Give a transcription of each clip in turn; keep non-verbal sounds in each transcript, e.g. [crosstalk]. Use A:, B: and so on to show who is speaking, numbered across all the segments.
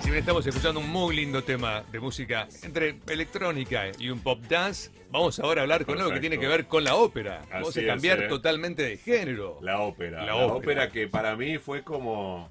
A: Si bien estamos escuchando un muy lindo tema de música entre electrónica y un pop dance, vamos ahora a hablar con algo que
B: Perfecto.
A: tiene que ver con la ópera. vamos
B: Así
A: a
B: es,
A: cambiar
B: eh.
A: totalmente de género.
B: La ópera.
A: La
B: La,
A: ópera.
B: ópera. que para mí fue como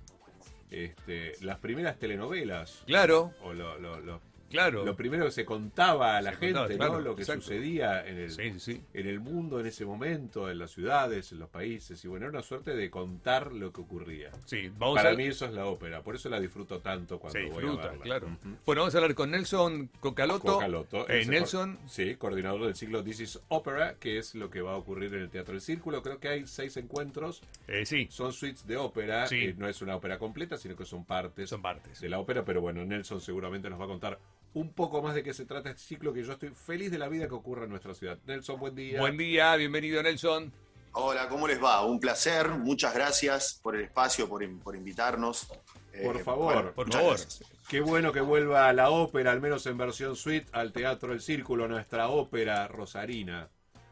B: este, las primeras telenovelas.
A: Claro,
B: O lo, lo- lo-
A: claro.
B: lo primero que se contaba a la
A: Se
B: gente,
A: contaba,
B: ¿no?
A: claro,
B: lo que
A: exacto.
B: sucedía en el,
A: Sí, sí.
B: en el mundo en ese momento, en las ciudades, en los países. Y bueno, era una suerte de contar lo que ocurría.
A: Sí, vamos
B: para
A: a
B: mí eso es la ópera, por eso la disfruto tanto cuando
A: Se
B: voy a
A: disfruta,
B: verla.
A: claro.
B: Ujú.
A: Bueno, vamos a hablar con Nelson Cocaloto.
B: Cocaloto,
A: Eh,
B: ese
A: Nelson,
B: cor- sí, coordinador del ciclo This is Opera, que es lo que va a ocurrir en el Teatro del Círculo. Creo que hay seis encuentros.
A: eh, sí,
B: Son suites de ópera,
A: Sí.
B: eh, no es una ópera completa, sino que son partes
A: son partes.
B: de la ópera, pero bueno, Nelson seguramente nos va a contar un poco más de qué se trata este ciclo que yo estoy feliz de la vida que ocurre en nuestra ciudad. Nelson, buen día.
A: Buen día, bienvenido Nelson.
C: Hola, ¿cómo les va? Un placer, muchas gracias por el espacio, por, in- por invitarnos. Eh,
B: Por favor,
A: por
C: muchas
A: favor.
C: gracias.
B: Qué bueno que vuelva a la ópera, al menos en versión suite, al Teatro del Círculo, nuestra ópera rosarina.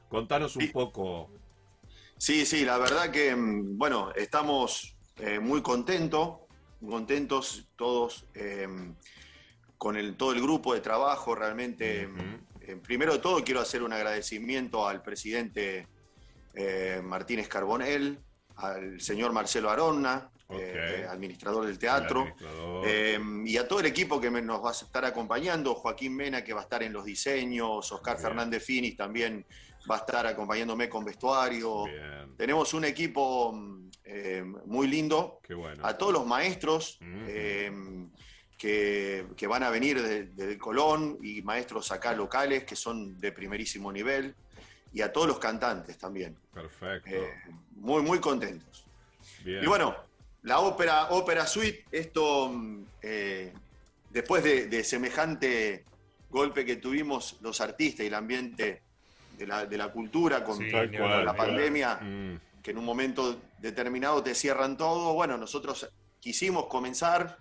B: Contanos un
C: Sí.
B: poco.
C: Sí, sí, la verdad que, mm, bueno, estamos eh, muy contentos, contentos todos eh, con el, todo el grupo de trabajo. Realmente,
B: Ujú.
C: eh, primero de todo, quiero hacer un agradecimiento al presidente eh, Martínez Carbonell, al señor Marcelo Aronna,
B: Ok.
C: eh, administrador del teatro.
B: El administrador.
C: Eh, y a todo el equipo que me- nos va a estar acompañando, Joaquín Mena que va a estar en los diseños, Oscar
B: Bien.
C: Fernández Finis también va a estar acompañándome con vestuario.
B: Bien,
C: Tenemos un equipo mm, eh, muy lindo.
B: qué bueno.
C: A todos los maestros
B: Ujú.
C: eh, que, que van a venir de- desde Colón y maestros acá locales que son de primerísimo nivel. Y a todos los cantantes también.
B: Perfecto.
C: Eh, muy, muy contentos.
B: Bien.
C: Y bueno, la ópera, ópera suite, esto mm, eh, después de, de semejante golpe que tuvimos los artistas y el ambiente de la, de la cultura con,
A: Sí,
B: Tal
A: ni
B: cual,
A: hablar,
C: la
A: ni hablar.
C: pandemia,
B: Mm,
C: que en un momento determinado te cierran todo, bueno, nosotros quisimos comenzar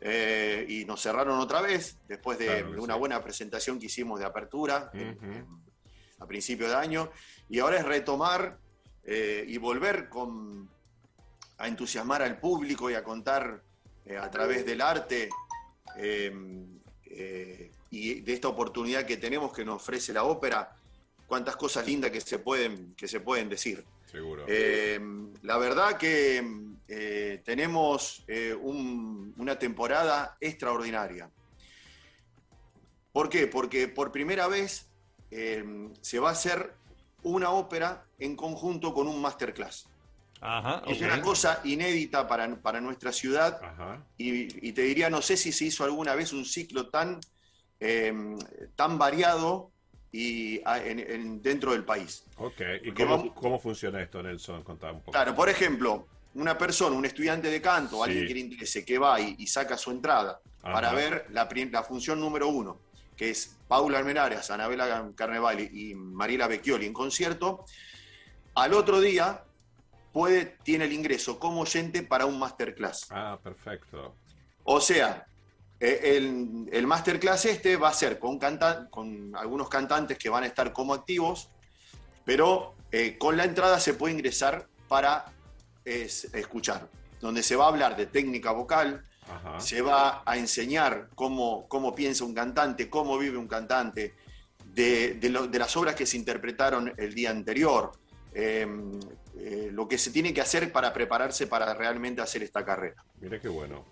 C: eh, y nos cerraron otra vez, después de,
B: Claro que
C: de una
B: sí.
C: buena presentación que hicimos de apertura en-
B: Ujú.
C: en- a principio de año, y ahora es retomar eh, y volver con, a entusiasmar al público y a contar eh, a través del arte eh, eh, y de esta oportunidad que tenemos que nos ofrece la ópera, cuántas cosas lindas que se pueden, que se pueden decir.
B: seguro.
C: Eh, la verdad que eh, tenemos eh, un- una temporada extraordinaria. ¿Por qué? Porque por primera vez eh, se va a hacer una ópera en conjunto con un masterclass.
A: Ajá,
C: Es
A: Ah, ok.
C: una cosa inédita para, para nuestra ciudad
B: Ajá.
C: y, y te diría, no sé si se hizo alguna vez un ciclo tan, eh, tan variado y, ah, en- en- dentro del país.
B: Ok. ¿Y
C: Porque
B: cómo,
C: vamos-
B: cómo funciona esto, Nelson? Contá un poco.
C: Claro, por ejemplo, una persona, un estudiante de canto,
B: Sí.
C: alguien que le interese, que va y, y saca su entrada
B: Ajá.
C: para ver la, pri- la función número uno, que es Paula Almenares, Anabela Carnevale y Mariela Becchioli en concierto, al otro día puede, tiene el ingreso como oyente para un masterclass.
B: Ah, perfecto.
C: O sea, eh, el, el masterclass este va a ser con, canta- con algunos cantantes que van a estar como activos, pero eh, con la entrada se puede ingresar para es- escuchar, donde se va a hablar de técnica vocal,
B: Ajá.
C: se va a enseñar cómo, cómo piensa un cantante, cómo vive un cantante, de, de lo- de las obras que se interpretaron el día anterior, eh, eh, lo que se tiene que hacer para prepararse para realmente hacer esta carrera.
B: Mira qué bueno.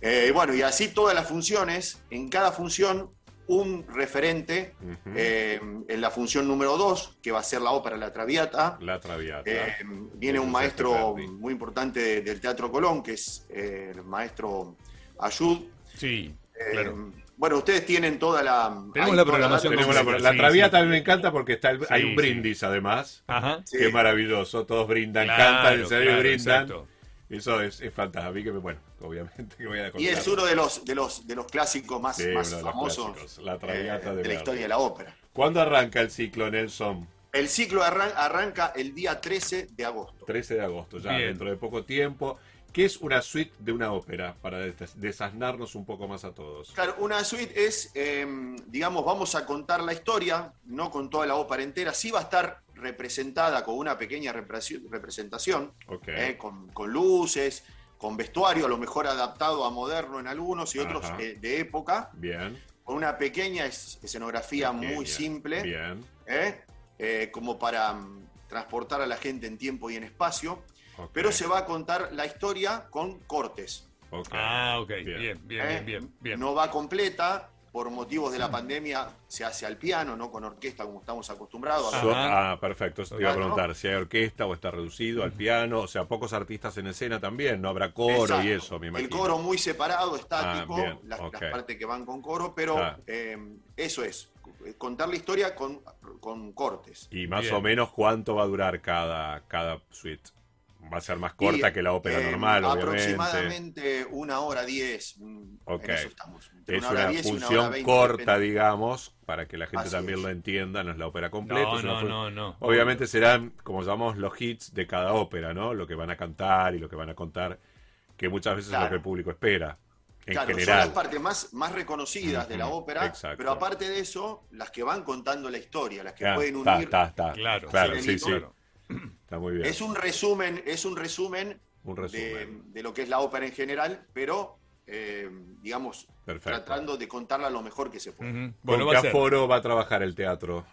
C: Eh, bueno, y así todas las funciones, en cada función un referente,
B: Ujú.
C: eh, en la función número 2, que va a ser la ópera La Traviata,
B: La Traviata.
C: eh, viene
B: Giuseppe
C: un maestro
B: Verdi.
C: muy importante de- del Teatro Colón, que es eh, el maestro Ayud.
A: Sí,
C: Eh,
A: claro.
C: Bueno, ustedes tienen toda la...
A: Tenemos
C: hay
A: la
C: toda
A: programación
C: data.
B: Tenemos la,
A: Sí,
B: la
A: sí,
B: Traviata
A: sí.
B: a mí me encanta porque está el-
A: Sí,
B: hay un
A: sí.
B: brindis además.
A: Ajá.
C: Sí.
B: Qué maravilloso. Todos brindan, cantan,
A: Claro,
B: en serio
A: claro,
B: brindan.
A: exacto.
B: Eso es, es fantástico. A mí que me- bueno, obviamente [laughs] que voy a
C: Y es uno de los, de los, de los clásicos más,
B: Sí,
C: más
B: uno de los
C: famosos
B: clásicos, La Traviata
C: eh,
B: de
C: de la
B: Verdi.
C: historia de la ópera.
B: ¿Cuándo arranca el ciclo, Nelson?
C: El ciclo arran- arranca el día 13 de agosto.
B: 13 de agosto, ya
A: Bien.
B: dentro de poco tiempo. ¿Qué es una suite de una ópera? Para des- desasnarnos un poco más a todos.
C: Claro, una suite es, eh, digamos, vamos a contar la historia, no con toda la ópera entera, sí va a estar representada con una pequeña repre- representación,
B: Ok.
C: eh, con, con luces, con vestuario, a lo mejor adaptado a moderno en algunos y otros
B: Ajá.
C: eh, de época,
B: Bien.
C: con una pequeña es- escenografía muy
B: Pequeña.
C: simple.
B: Bien.
C: ¿eh? Eh, como para mm, transportar a la gente en tiempo y en espacio,
B: ok,
C: pero se va a contar la historia con cortes.
B: ok.
A: Ah, ok.
B: Bien.
A: Bien, bien, bien,
C: ¿eh?
A: bien. bien,
C: No va completa, por motivos de la pandemia se hace al piano, no con orquesta como estamos acostumbrados.
A: Ah.
B: So- ah, perfecto. Eso te iba a
C: Claro.
B: preguntar. Si hay orquesta o está reducido al piano. O sea, pocos artistas en escena también. No habrá coro y
C: Exacto.
B: eso, me imagino.
C: El coro muy separado, estático,
B: Ah, bien,
C: las, las
B: ok. Ah.
C: partes que van con coro, pero
B: Claro.
C: eh, eso es, eh, contar la historia con, con cortes.
B: Y más
A: Bien.
B: o menos cuánto va a durar cada, cada suite. Va a ser más corta
C: Y,
B: que la ópera
C: eh,
B: normal, obviamente.
C: Aproximadamente una hora diez. mm,
B: Ok.
C: En eso estamos. Entre
B: Es
C: hora
B: una
C: 10 y hora
B: función
C: 20,
B: corta,
C: depende.
B: digamos, para que la gente
C: Así
B: también
C: es.
B: lo entienda, no es la ópera completa.
A: No,
B: es una
A: no,
B: fun-
A: no, no.
B: Obviamente serán, como llamamos, los hits de cada ópera, ¿no? Lo que van a cantar y lo que van a contar, que muchas veces es
C: Claro.
B: lo que el público espera, en
C: Claro, son
B: general.
C: las partes más, más reconocidas de la
B: Ujú,
C: ópera,
B: exacto.
C: pero aparte de eso, las que van contando la historia, las que
B: Ah,
C: pueden
B: está,
C: unir.
B: está, está.
A: Claro,
B: claro,
C: Así
B: sí,
C: que
B: sí,
C: digo,
B: está muy bien.
C: Es un resumen, es un resumen,
B: un
C: de,
B: resumen.
C: de lo que es la ópera en general, pero eh, digamos,
B: Perfecto.
C: tratando de contarla lo mejor que se puede.
A: Ujú. Bueno,
B: ¿Con
A: va a
B: qué
A: ser.
B: aforo va a trabajar el teatro?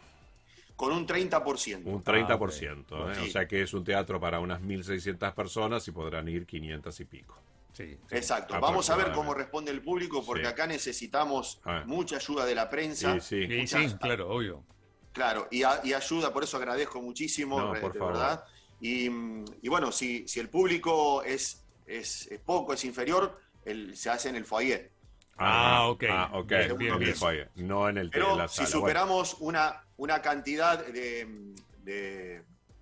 C: Con un 30%.
B: Un 30%,
A: Ah, ok.
B: ¿eh?
C: Sí.
B: o sea que es un teatro para unas 1.600 personas y podrán ir 500 y pico.
A: Sí, sí.
C: Exacto. Vamos a ver
B: Aproximadamente.
C: cómo responde el público, porque
B: Sí.
C: acá necesitamos
B: Ah.
C: mucha ayuda de la prensa.
B: Sí, sí.
A: Y sí, claro, obvio.
C: Claro, y, a- y ayuda, por eso agradezco muchísimo,
B: No,
C: re-
B: por
C: de
B: favor.
C: verdad. Y, mm, y bueno, si, si el público es, es, es poco, es inferior, el- se hace en el foyer.
A: Ah, ok.
B: Ah,
A: Bien,
B: ok. Bien,
C: bien,
B: bien,
C: bien.
B: Fabián. No en el
C: Pero
B: en la
C: si
B: sala.
C: superamos una, una cantidad de, de,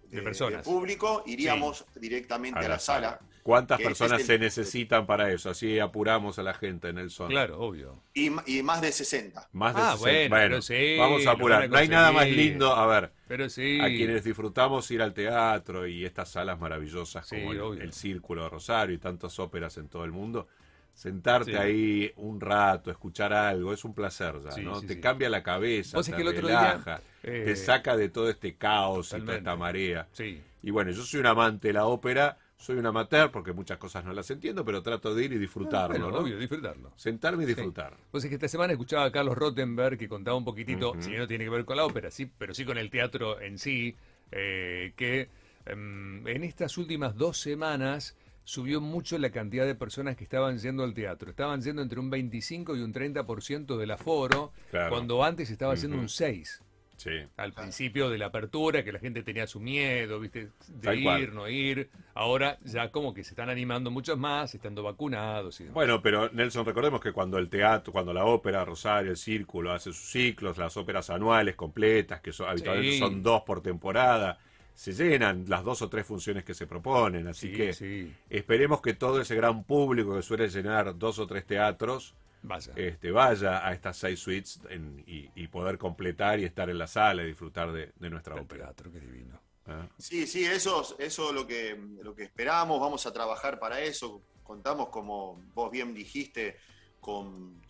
A: De personas.
C: público, iríamos directamente
B: Bueno,
C: a la, sala.
B: ¿Cuántas
C: que ese
B: personas
C: es el-
B: se necesitan para eso? Así apuramos a la gente en el son.
A: Claro, obvio.
C: Y, ma- y más de 60.
B: Más de
A: Ah,
B: 60.
A: bueno, pero sí,
B: vamos
A: lo
B: a
A: van
B: apurar.
A: a
B: No hay nada más
A: conseguir.
B: lindo. A ver,
A: Pero sí.
B: a quienes disfrutamos ir al teatro y estas salas maravillosas
A: Sí,
B: como el- el,
A: obvio.
B: Círculo de Rosario y tantas óperas en todo el mundo, sentarte
A: Sí.
B: ahí un rato, escuchar algo, es un placer ya,
A: Sí,
B: ¿no?
A: sí,
B: te
A: sí.
B: cambia la cabeza,
A: Vos
B: te
A: sabés que el otro día,
B: relaja,
A: eh,
B: te saca de todo este caos y toda esta
A: totalmente.
B: marea.
A: Sí.
B: Y bueno, yo soy un amante de la ópera, soy un amateur porque muchas cosas no las entiendo, pero trato de ir y disfrutarlo,
A: Bueno,
B: ¿no?
A: obvio, disfrutarlo.
B: Sentarme y disfrutar.
A: Pues es que esta semana escuchaba a Carlos Rottenberg que contaba un poquitito, si no tiene que ver con la ópera, sí, pero sí con el teatro en sí, eh, que em, en estas últimas dos semanas subió mucho la cantidad de personas que estaban yendo al teatro. Estaban yendo entre un 25 y un 30% del aforo,
B: Claro.
A: cuando antes estaba haciendo un 6.
B: Sí.
A: Al principio de la apertura, que la gente tenía su miedo, ¿viste? De
B: Tal
A: ir,
B: cual.
A: no ir. Ahora ya como que se están animando muchos más, estando vacunados y demás.
B: Bueno, pero Nelson, recordemos que cuando el teatro, cuando la ópera, Rosario, el Círculo hace sus ciclos, las óperas anuales completas, que son, habitualmente
A: Sí.
B: son dos por temporada, se llenan las dos o tres funciones que se proponen. Así
A: sí,
B: que
A: sí.
B: esperemos que todo ese gran público que suele llenar dos o tres teatros
A: Vaya.
B: este, vaya a estas seis suites en- y, y poder completar y estar en la sala y disfrutar de, de nuestra
A: El
B: ópera.
A: teatro, qué divino.
B: ¿Ah?
C: Sí, sí, eso, es- eso es lo que, lo que esperamos. Vamos a trabajar para eso. Contamos, como vos bien dijiste, con,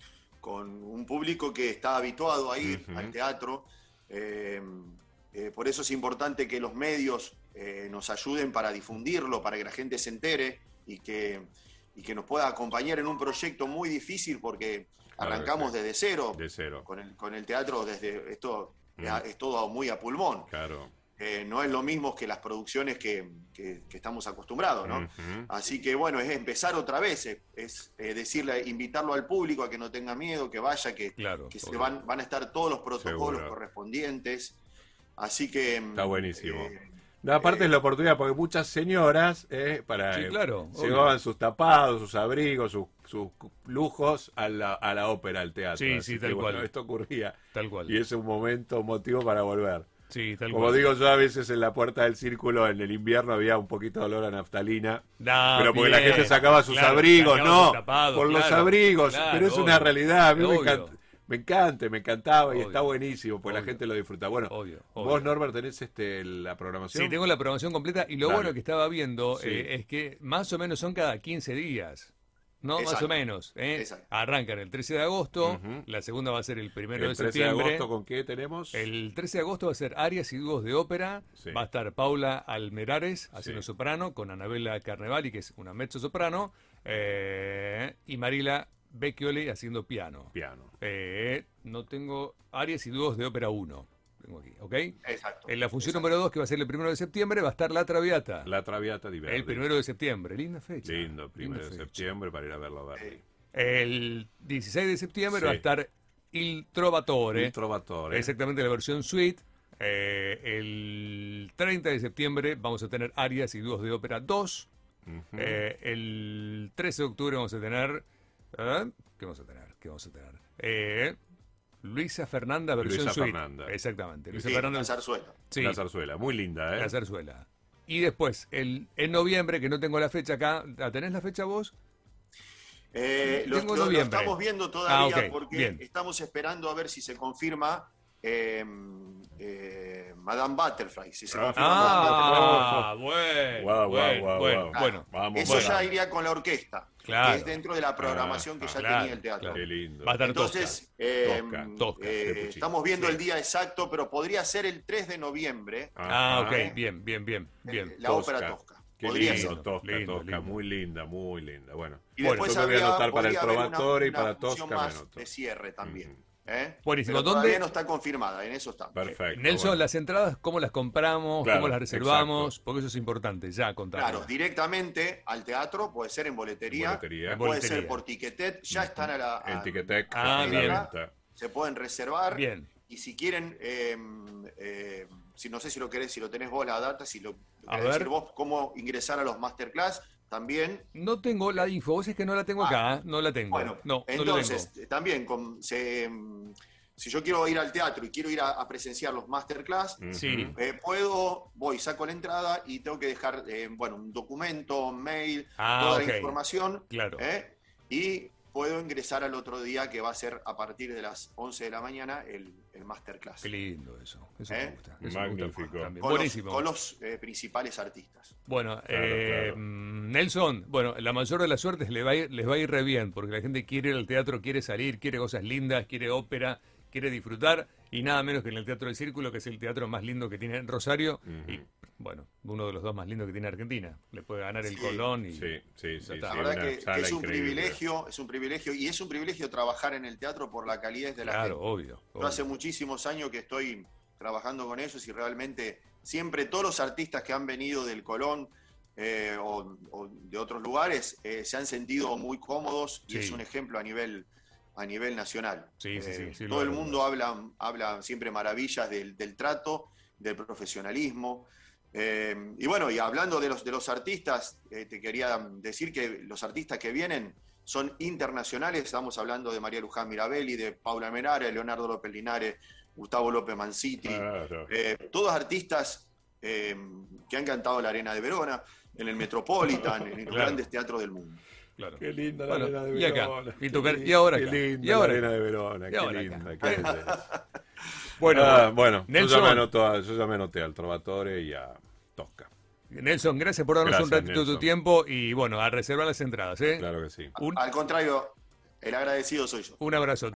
C: con un público que está habituado a ir
B: Ujú.
C: al teatro. Eh, eh, por eso es importante que los medios eh, nos ayuden para difundirlo, para que la gente se entere y que, y que nos pueda acompañar en un proyecto muy difícil porque
B: Claro que
C: arrancamos
B: sí.
C: desde cero
B: De cero.
C: con el, con el teatro, desde esto
B: Mm.
C: es- es todo muy a pulmón
B: Claro.
C: eh, no es lo mismo que las producciones que, que- que estamos acostumbrados,
A: Mm.
C: ¿no?
B: Ujú.
C: Así que bueno, es empezar otra vez, es, es, eh, decirle, invitarlo al público a que no tenga miedo, que vaya, que,
A: Claro.
C: que se
A: obvio.
C: van, van a estar todos los protocolos
B: Seguro.
C: correspondientes. Así que... mm,
B: Está buenísimo.
C: eh,
B: No, aparte
C: Eh,
B: es la oportunidad porque muchas señoras eh, para
A: Sí,
B: eh,
A: claro, obvio.
B: llevaban sus tapados, sus abrigos, sus, sus lujos a la, a la ópera, al teatro.
A: Sí, sí, tal cual.
B: esto ocurría
A: Tal cual.
B: y es un momento, un motivo para volver.
A: Sí, tal
B: Como
A: cual.
B: digo yo, a veces en la puerta del círculo en el invierno había un poquito de olor a naftalina.
A: Da,
B: pero porque la
A: Ah, bien.
B: gente sacaba sus
A: Claro,
B: abrigos,
A: sacaba
B: ¿no?
A: sus tapados,
B: por los
A: claro,
B: abrigos.
A: claro,
B: pero es una
A: obvio,
B: realidad. A mí me
A: obvio.
B: encanta, me encanta, me encantaba y
A: Obvio.
B: está buenísimo, porque la
A: Obvio.
B: gente lo disfruta. Bueno,
A: Obvio, obvio.
B: vos, Norbert, tenés este, la programación.
A: Sí, tengo la programación completa y lo
B: Dale.
A: bueno que estaba viendo
B: Sí.
A: eh, es que más o menos son cada 15 días. ¿no? Más
C: Exacto.
A: o menos. ¿eh?
C: Exacto.
A: Arrancan el 13 de agosto,
B: Ujú.
A: la segunda va a ser el primero
B: el
A: de
B: 13 de
A: septiembre.
B: agosto, ¿con qué tenemos?
A: El 13 de agosto va a ser Arias y Dúos de Ópera.
B: Sí.
A: Va a estar Paula Almerares haciendo
B: Sí.
A: soprano con Anabela Carnevali, que es una mezzo soprano, eh, y Marila Becchioli haciendo piano.
B: piano.
A: Eh, no tengo Arias y Dúos de Ópera 1. Tengo aquí, ¿ok?
C: Exacto.
A: En la función
C: Exacto.
A: número 2, que va a ser el primero de septiembre, va a estar La Traviata.
B: La Traviata di Verdi.
A: el primero de septiembre. Linda fecha.
B: Lindo, primero
A: Linda
B: de
A: fecha.
B: septiembre para ir a verlo a Verdi.
C: Sí.
A: El 16 de septiembre
B: Sí.
A: va a estar Il Trovatore.
B: Il Trovatore.
A: Exactamente la versión suite. Eh, el 30 de septiembre vamos a tener Arias y Dúos de Ópera 2.
B: Ujú.
A: Eh, el 13 de octubre vamos a tener. ¿eh? ¿Qué vamos a tener? ¿Qué vamos a tener? Eh, Luisa Fernanda, versión
B: Luisa
A: suite.
B: Fernanda.
A: Exactamente. Luisa
C: Sí,
A: Fernanda.
C: lanzar suelta.
A: sí,
B: La zarzuela, muy linda, ¿eh?
A: la zarzuela. Y después, el, en noviembre, que no tengo la fecha acá, ¿la tenés la fecha vos?
C: Eh, lo,
A: Tengo
C: lo- lo
A: noviembre.
C: estamos viendo todavía
A: Ah, ok,
C: porque
A: bien.
C: estamos esperando a ver si se confirma eh, eh, Madame Butterfly. Si se
B: Ah.
C: confirma Madame Butterfly.
A: Ah, bueno.
B: Guau, guau,
A: bueno,
B: guau,
A: bueno,
B: guau. Ah,
A: bueno.
B: Vamos,
C: Eso
B: bueno. Ah,
C: ya iría con la orquesta,
A: Claro.
C: que es dentro de la programación que ya
A: Ah, claro,
C: tenía el teatro.
A: claro.
B: Qué lindo.
A: Va a estar
C: Entonces, eh,
B: Tosca,
A: tosca,
C: eh,
B: de Puccini.
C: estamos viendo
A: Sí.
C: el día exacto, pero podría ser el 3 de noviembre,
A: Ah,
B: Ajá.
A: ok, bien, bien, bien, bien.
C: eh, la
B: Tosca.
C: ópera Tosca.
B: Qué
C: Podría
B: lindo,
A: ser.
B: Tosca,
A: Lindo,
B: Tosca,
A: lindo.
B: muy linda, muy linda. Bueno,
C: Y
A: Bueno,
C: después
B: yo me voy a
C: habría-
B: anotar para el
C: podría haber una-
B: Trovatore y
C: una
B: para
C: función
B: Tosca me
C: más
B: anoto.
C: de cierre también.
B: Ujú.
C: ¿eh?
A: Buenísimo,
C: Pero
A: ¿dónde-
C: Todavía no está confirmada, en eso estamos.
B: perfecto.
A: Nelson,
B: bueno.
A: las entradas, ¿cómo las compramos?
B: Claro,
A: ¿Cómo las reservamos? Porque eso es importante, ya contamos.
C: Claro, directamente al teatro, puede ser en boletería,
B: Boletería.
C: puede
A: Boletería.
C: ser por Ticketet, ya están a la...
B: En
C: a-
B: Ticketek,
A: Ah,
B: en
A: bien.
B: la venta.
C: se pueden reservar.
A: Bien.
C: Y si quieren, eh, eh, si no sé si lo querés, si lo tenés vos la data, si lo lo
A: A
C: querés
A: ver.
C: decir vos, cómo ingresar a los masterclass también.
A: No tengo la info, vos es que no la tengo
C: Ah,
A: acá, ¿eh? no la tengo.
C: Bueno,
A: no,
C: entonces, eh, también con- se, mm, si yo quiero ir al teatro y quiero ir a, a presenciar los masterclass,
B: Ujú.
A: Sí.
C: eh, puedo, voy, saco la entrada y tengo que dejar, eh, bueno, un documento, un mail,
A: Ah,
C: toda
A: ok.
C: la información.
A: no la tengo. Claro.
C: ¿eh? Y puedo ingresar al otro día que va a ser a partir de las 11 de la mañana el, el masterclass.
A: Qué lindo eso. Eso
C: ¿Eh?
A: me gusta. eso me gusta
B: Magnífico.
A: también.
C: con
A: Buenísimo.
C: los, con los, eh, principales artistas.
A: Bueno,
B: Claro,
A: eh,
B: claro.
A: mm, Nelson, bueno, la mayor de las suertes le va a ir- les va a ir re bien, porque la gente quiere ir al teatro, quiere salir, quiere cosas lindas, quiere ópera, quiere disfrutar, y nada menos que en el Teatro del Círculo, que es el teatro más lindo que tiene Rosario,
B: Ujú.
A: y bueno, uno de los dos más lindos que tiene Argentina. Le puede ganar el
C: Sí,
A: Colón y...
B: Sí, sí, sí.
A: está.
C: La
B: sí,
C: verdad
B: una
C: que, que
B: sala
C: es un
B: increíble.
C: privilegio, es un privilegio y es un privilegio trabajar en el teatro por la calidez de la
A: Claro,
C: gente.
A: obvio.
C: Yo hace
A: obvio.
C: muchísimos años que estoy trabajando con ellos y realmente siempre todos los artistas que han venido del Colón eh, o, o de otros lugares eh, se han sentido muy cómodos y
A: Sí.
C: es un ejemplo a nivel a nivel nacional.
A: Sí, sí, sí,
C: Eh,
A: sin lugar
C: todo el
A: a dudas.
C: mundo habla, habla siempre maravillas del, del trato, del profesionalismo. Eh, y bueno, y hablando de los, de los artistas, eh, te quería decir que los artistas que vienen son internacionales. Estamos hablando de María Luján Mirabelli, de Paula Menara, Leonardo López Linares, Gustavo López Manciti.
A: Ah.
B: Claro.
C: Eh, todos artistas eh, que han cantado en la Arena de Verona, en el Metropolitan, en los
A: Claro.
C: grandes teatros del mundo.
A: Claro.
B: Qué linda
A: Bueno,
B: la arena de
A: y acá,
B: Verona.
A: y
B: Qué
A: tocar- y
B: linda,
A: ahora
B: Qué
A: acá,
B: linda
A: y ahora
B: la arena
A: acá.
B: de Verona.
A: Y
B: Qué
A: ahora
B: linda.
A: acá.
B: qué linda.
A: [laughs] Bueno,
B: Ah, bueno, yo,
A: Nelson.
B: ya me anoto a- yo ya me anoté al Trovatore y a Tosca.
A: Nelson, gracias por darnos
B: Gracias,
A: un ratito de tu
B: Nelson.
A: tiempo y bueno, a reservar las entradas, ¿eh?
B: Claro que sí.
A: Un,
C: Al contrario, el agradecido soy yo.
A: un abrazo.